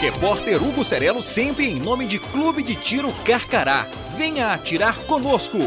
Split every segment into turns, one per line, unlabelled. repórter Hugo Cerelo, sempre em nome de Clube de Tiro Carcará. Venha atirar conosco!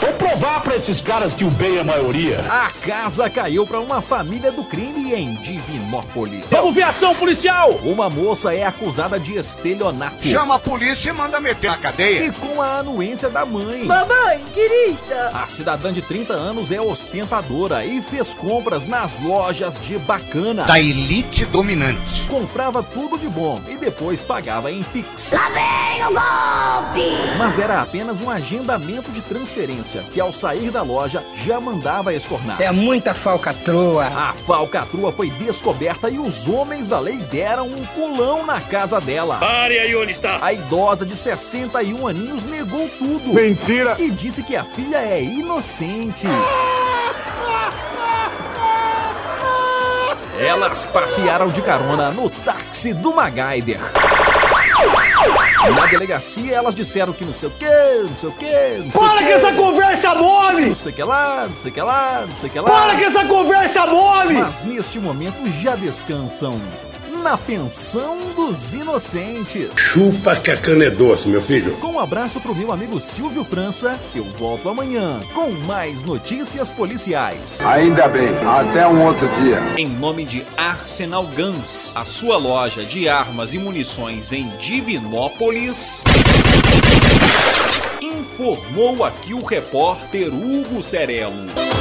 Vou provar pra esses caras que o bem é a maioria.
A casa caiu para uma família do crime em Divinópolis.
Vamos ver ação policial!
Uma moça é acusada de estelionato.
Chama a polícia e manda meter na cadeia.
E com a anuência da mãe.
Mamãe, querida!
A cidadã de 30 anos é ostentadora e fez compras nas lojas de bacana.
Da elite dominante.
Comprava tudo de bom e depois pagava em Pix.
Lá vem o golpe!
Mas era apenas um agendamento de transferência que, ao sair da loja, já mandava estornar.
É muita falcatrua.
A falcatrua foi descoberta e os homens da lei deram um pulão na casa dela.
Pare aí onde está.
A idosa de 61 aninhos negou tudo.
Mentira!
E disse que a filha é inocente. Elas passearam de carona no táxi do MacGyver. Na delegacia, elas disseram que não sei o que, não sei o que, não sei o
Para
quê,
com essa conversa mole!
Não sei o que lá, não sei o que lá, não sei o que lá.
Para com essa conversa mole!
Mas neste momento já descansam na pensão dos inocentes.
Chupa que a cana é doce, meu filho.
Com um abraço pro meu amigo Silvio França, eu volto amanhã com mais notícias policiais.
Ainda bem, até um outro dia.
Em nome de Arsenal Guns, a sua loja de armas e munições em Divinópolis. Informou aqui o repórter Hugo Cerelo.